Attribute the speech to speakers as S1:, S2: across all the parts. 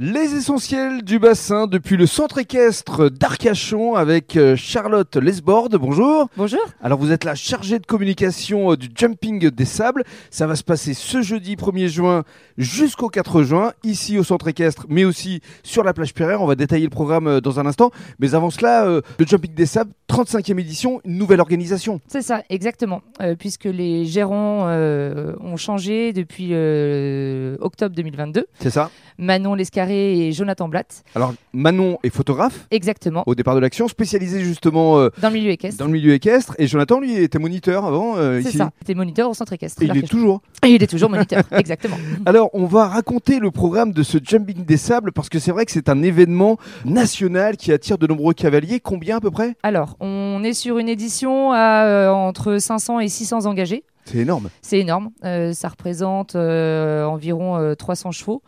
S1: Les essentiels du bassin depuis le centre équestre d'Arcachon avec euh, Charlotte Lesborde. Bonjour.
S2: Bonjour.
S1: Alors vous êtes la chargée de communication euh, du Jumping des Sables. Ça va se passer ce jeudi 1er juin jusqu'au 4 juin, ici au centre équestre, mais aussi sur la plage Pierre. On va détailler le programme euh, dans un instant. Mais avant cela, euh, le Jumping des Sables, 35e édition, une nouvelle organisation.
S2: C'est ça, exactement. Euh, puisque les gérants euh, ont changé depuis euh, octobre 2022.
S1: C'est ça
S2: Manon Lescarré et Jonathan Blatt.
S1: Alors Manon est photographe
S2: Exactement.
S1: au départ de l'action, spécialisée justement euh,
S2: Dans le milieu équestre.
S1: dans le milieu équestre. Et Jonathan, lui, était moniteur avant euh,
S2: C'est
S1: ici.
S2: ça. T'es moniteur au centre équestre.
S1: Et il est
S2: d'Arcachon.
S1: toujours.
S2: Et il est toujours moniteur. exactement.
S1: Alors, on va raconter le programme de ce Jumping des Sables parce que c'est vrai que c'est un événement national qui attire de nombreux cavaliers. Combien à peu près
S2: Alors, on est sur une édition à euh, entre 500 et 600 engagés.
S1: C'est énorme.
S2: C'est énorme. Euh, ça représente euh, environ euh, 300 chevaux.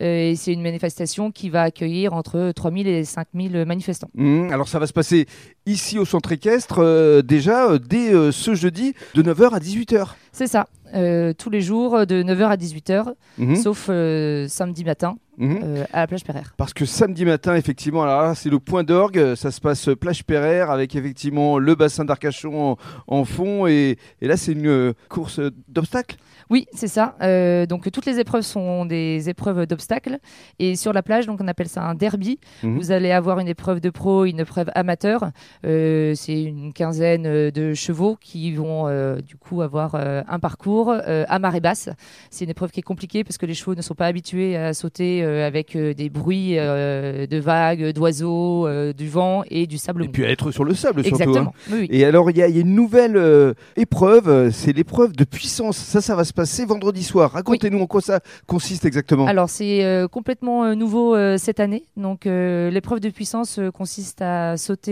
S2: Euh, et c'est une manifestation qui va accueillir entre 3000 et 5000 manifestants.
S1: Mmh, Alors, ça va se passer ici au centre équestre euh, déjà euh, dès euh, ce jeudi de 9h à 18h.
S2: C'est ça. Euh, tous les jours de 9h à 18h,
S1: Mmh,
S2: sauf euh, samedi matin
S1: mmh.
S2: euh, à la plage Pereire.
S1: Parce que samedi matin, effectivement, alors là, c'est le point d'orgue. Ça se passe euh, plage Perrère avec effectivement le bassin d'Arcachon en, en fond. Et, et là, c'est une euh, course euh, d'obstacles.
S2: Oui, c'est ça. Euh, donc toutes les épreuves sont des épreuves d'obstacles et sur la plage, donc on appelle ça un derby.
S1: Mhm.
S2: Vous allez avoir une épreuve de pro, une épreuve amateur. Euh, c'est une quinzaine euh, de chevaux qui vont euh, du coup avoir euh, un parcours euh, à marée basse. C'est une épreuve qui est compliquée parce que les chevaux ne sont pas habitués à sauter euh, avec euh, des bruits euh, de vagues, d'oiseaux, euh, du vent et du sable.
S1: Et
S2: mou.
S1: puis à être sur le sable, surtout. hein.
S2: Exactement. Oui, oui.
S1: Et alors, il y, a il y a une nouvelle euh, épreuve, euh, c'est l'épreuve de puissance. Ça, ça va se passer vendredi soir. Racontez-nous en quoi ça consiste exactement.
S2: Alors c'est euh, complètement euh, nouveau euh, cette année. Donc euh, l'épreuve de puissance euh, consiste à sauter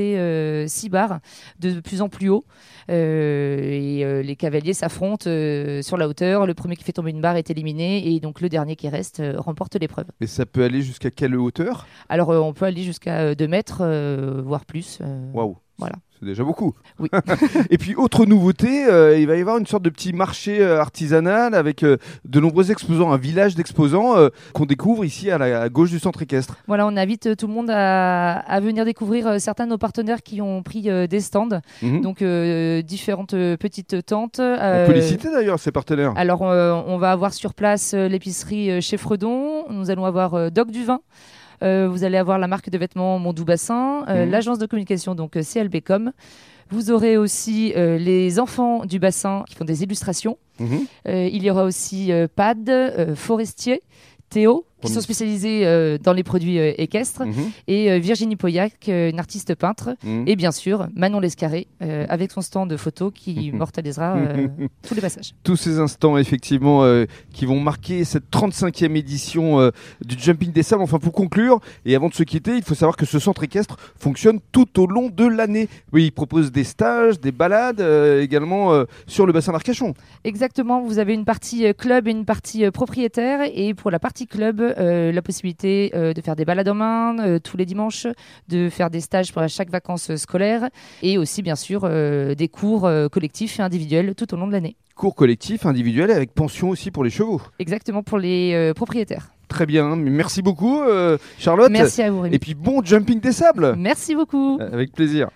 S2: 6 barres de plus en plus haut. Euh, et euh, les cavaliers s'affrontent euh, sur la hauteur. Le premier qui fait tomber une barre est éliminé et donc le dernier qui reste euh, remporte l'épreuve.
S1: Et ça peut aller jusqu'à quelle hauteur
S2: Alors euh, on peut aller jusqu'à 2 mètres, euh, voire plus. euh.
S1: Waouh
S2: Voilà.
S1: C'est déjà beaucoup.
S2: Oui.
S1: Et puis, autre nouveauté, euh, il va y avoir une sorte de petit marché euh, artisanal avec euh, de nombreux exposants, un village d'exposants euh, qu'on découvre ici à la à gauche du centre équestre.
S2: Voilà, on invite euh, tout le monde à, à venir découvrir euh, certains de nos partenaires qui ont pris euh, des stands.
S1: Mhm.
S2: Donc euh, différentes euh, petites tentes.
S1: Mmh. On peut les
S2: euh,
S1: citer d'ailleurs, ces partenaires.
S2: Alors, euh, on va avoir sur place euh, l'épicerie euh, chez Fredon. Nous allons avoir euh, Doc du Vin. Euh, vous allez avoir la marque de vêtements Mondou Bassin, euh,
S1: Mhm.
S2: l'agence de communication donc euh, CLBcom. Vous aurez aussi euh, les enfants du bassin qui font des illustrations.
S1: Mhm.
S2: Euh, il y aura aussi euh, Pad, euh, Forestier, Théo, qui
S1: Promis.
S2: sont spécialisés euh, dans les produits euh, équestres,
S1: Mhm.
S2: et euh, Virginie Poyac, euh, une artiste peintre,
S1: Mhm.
S2: et bien sûr Manon Lescarré euh, avec son stand de photos qui
S1: Mhm.
S2: mortalisera euh, tous les passages.
S1: tous ces instants effectivement euh, qui vont marquer cette 35e édition euh, du Jumping des Sables. Enfin pour conclure et avant de se quitter, il faut savoir que ce centre équestre fonctionne tout au long de l'année. Oui, il propose des stages, des balades euh, également euh, sur le bassin d'Arcachon.
S2: Exactement, vous avez une partie euh, club et une partie euh, propriétaire. Et pour la partie club, euh, la possibilité euh, de faire des balades en main euh, tous les dimanches, de faire des stages pour chaque vacances euh, scolaire et aussi, bien sûr, euh, des cours euh, collectifs et individuels tout au long de l'année.
S1: Cours collectif, individuel et avec pension aussi pour les chevaux.
S2: Exactement pour les euh, propriétaires.
S1: Très bien, merci beaucoup euh, Charlotte.
S2: Merci à vous, Rémi.
S1: Et puis bon Jumping des Sables
S2: Merci beaucoup.
S1: Avec plaisir.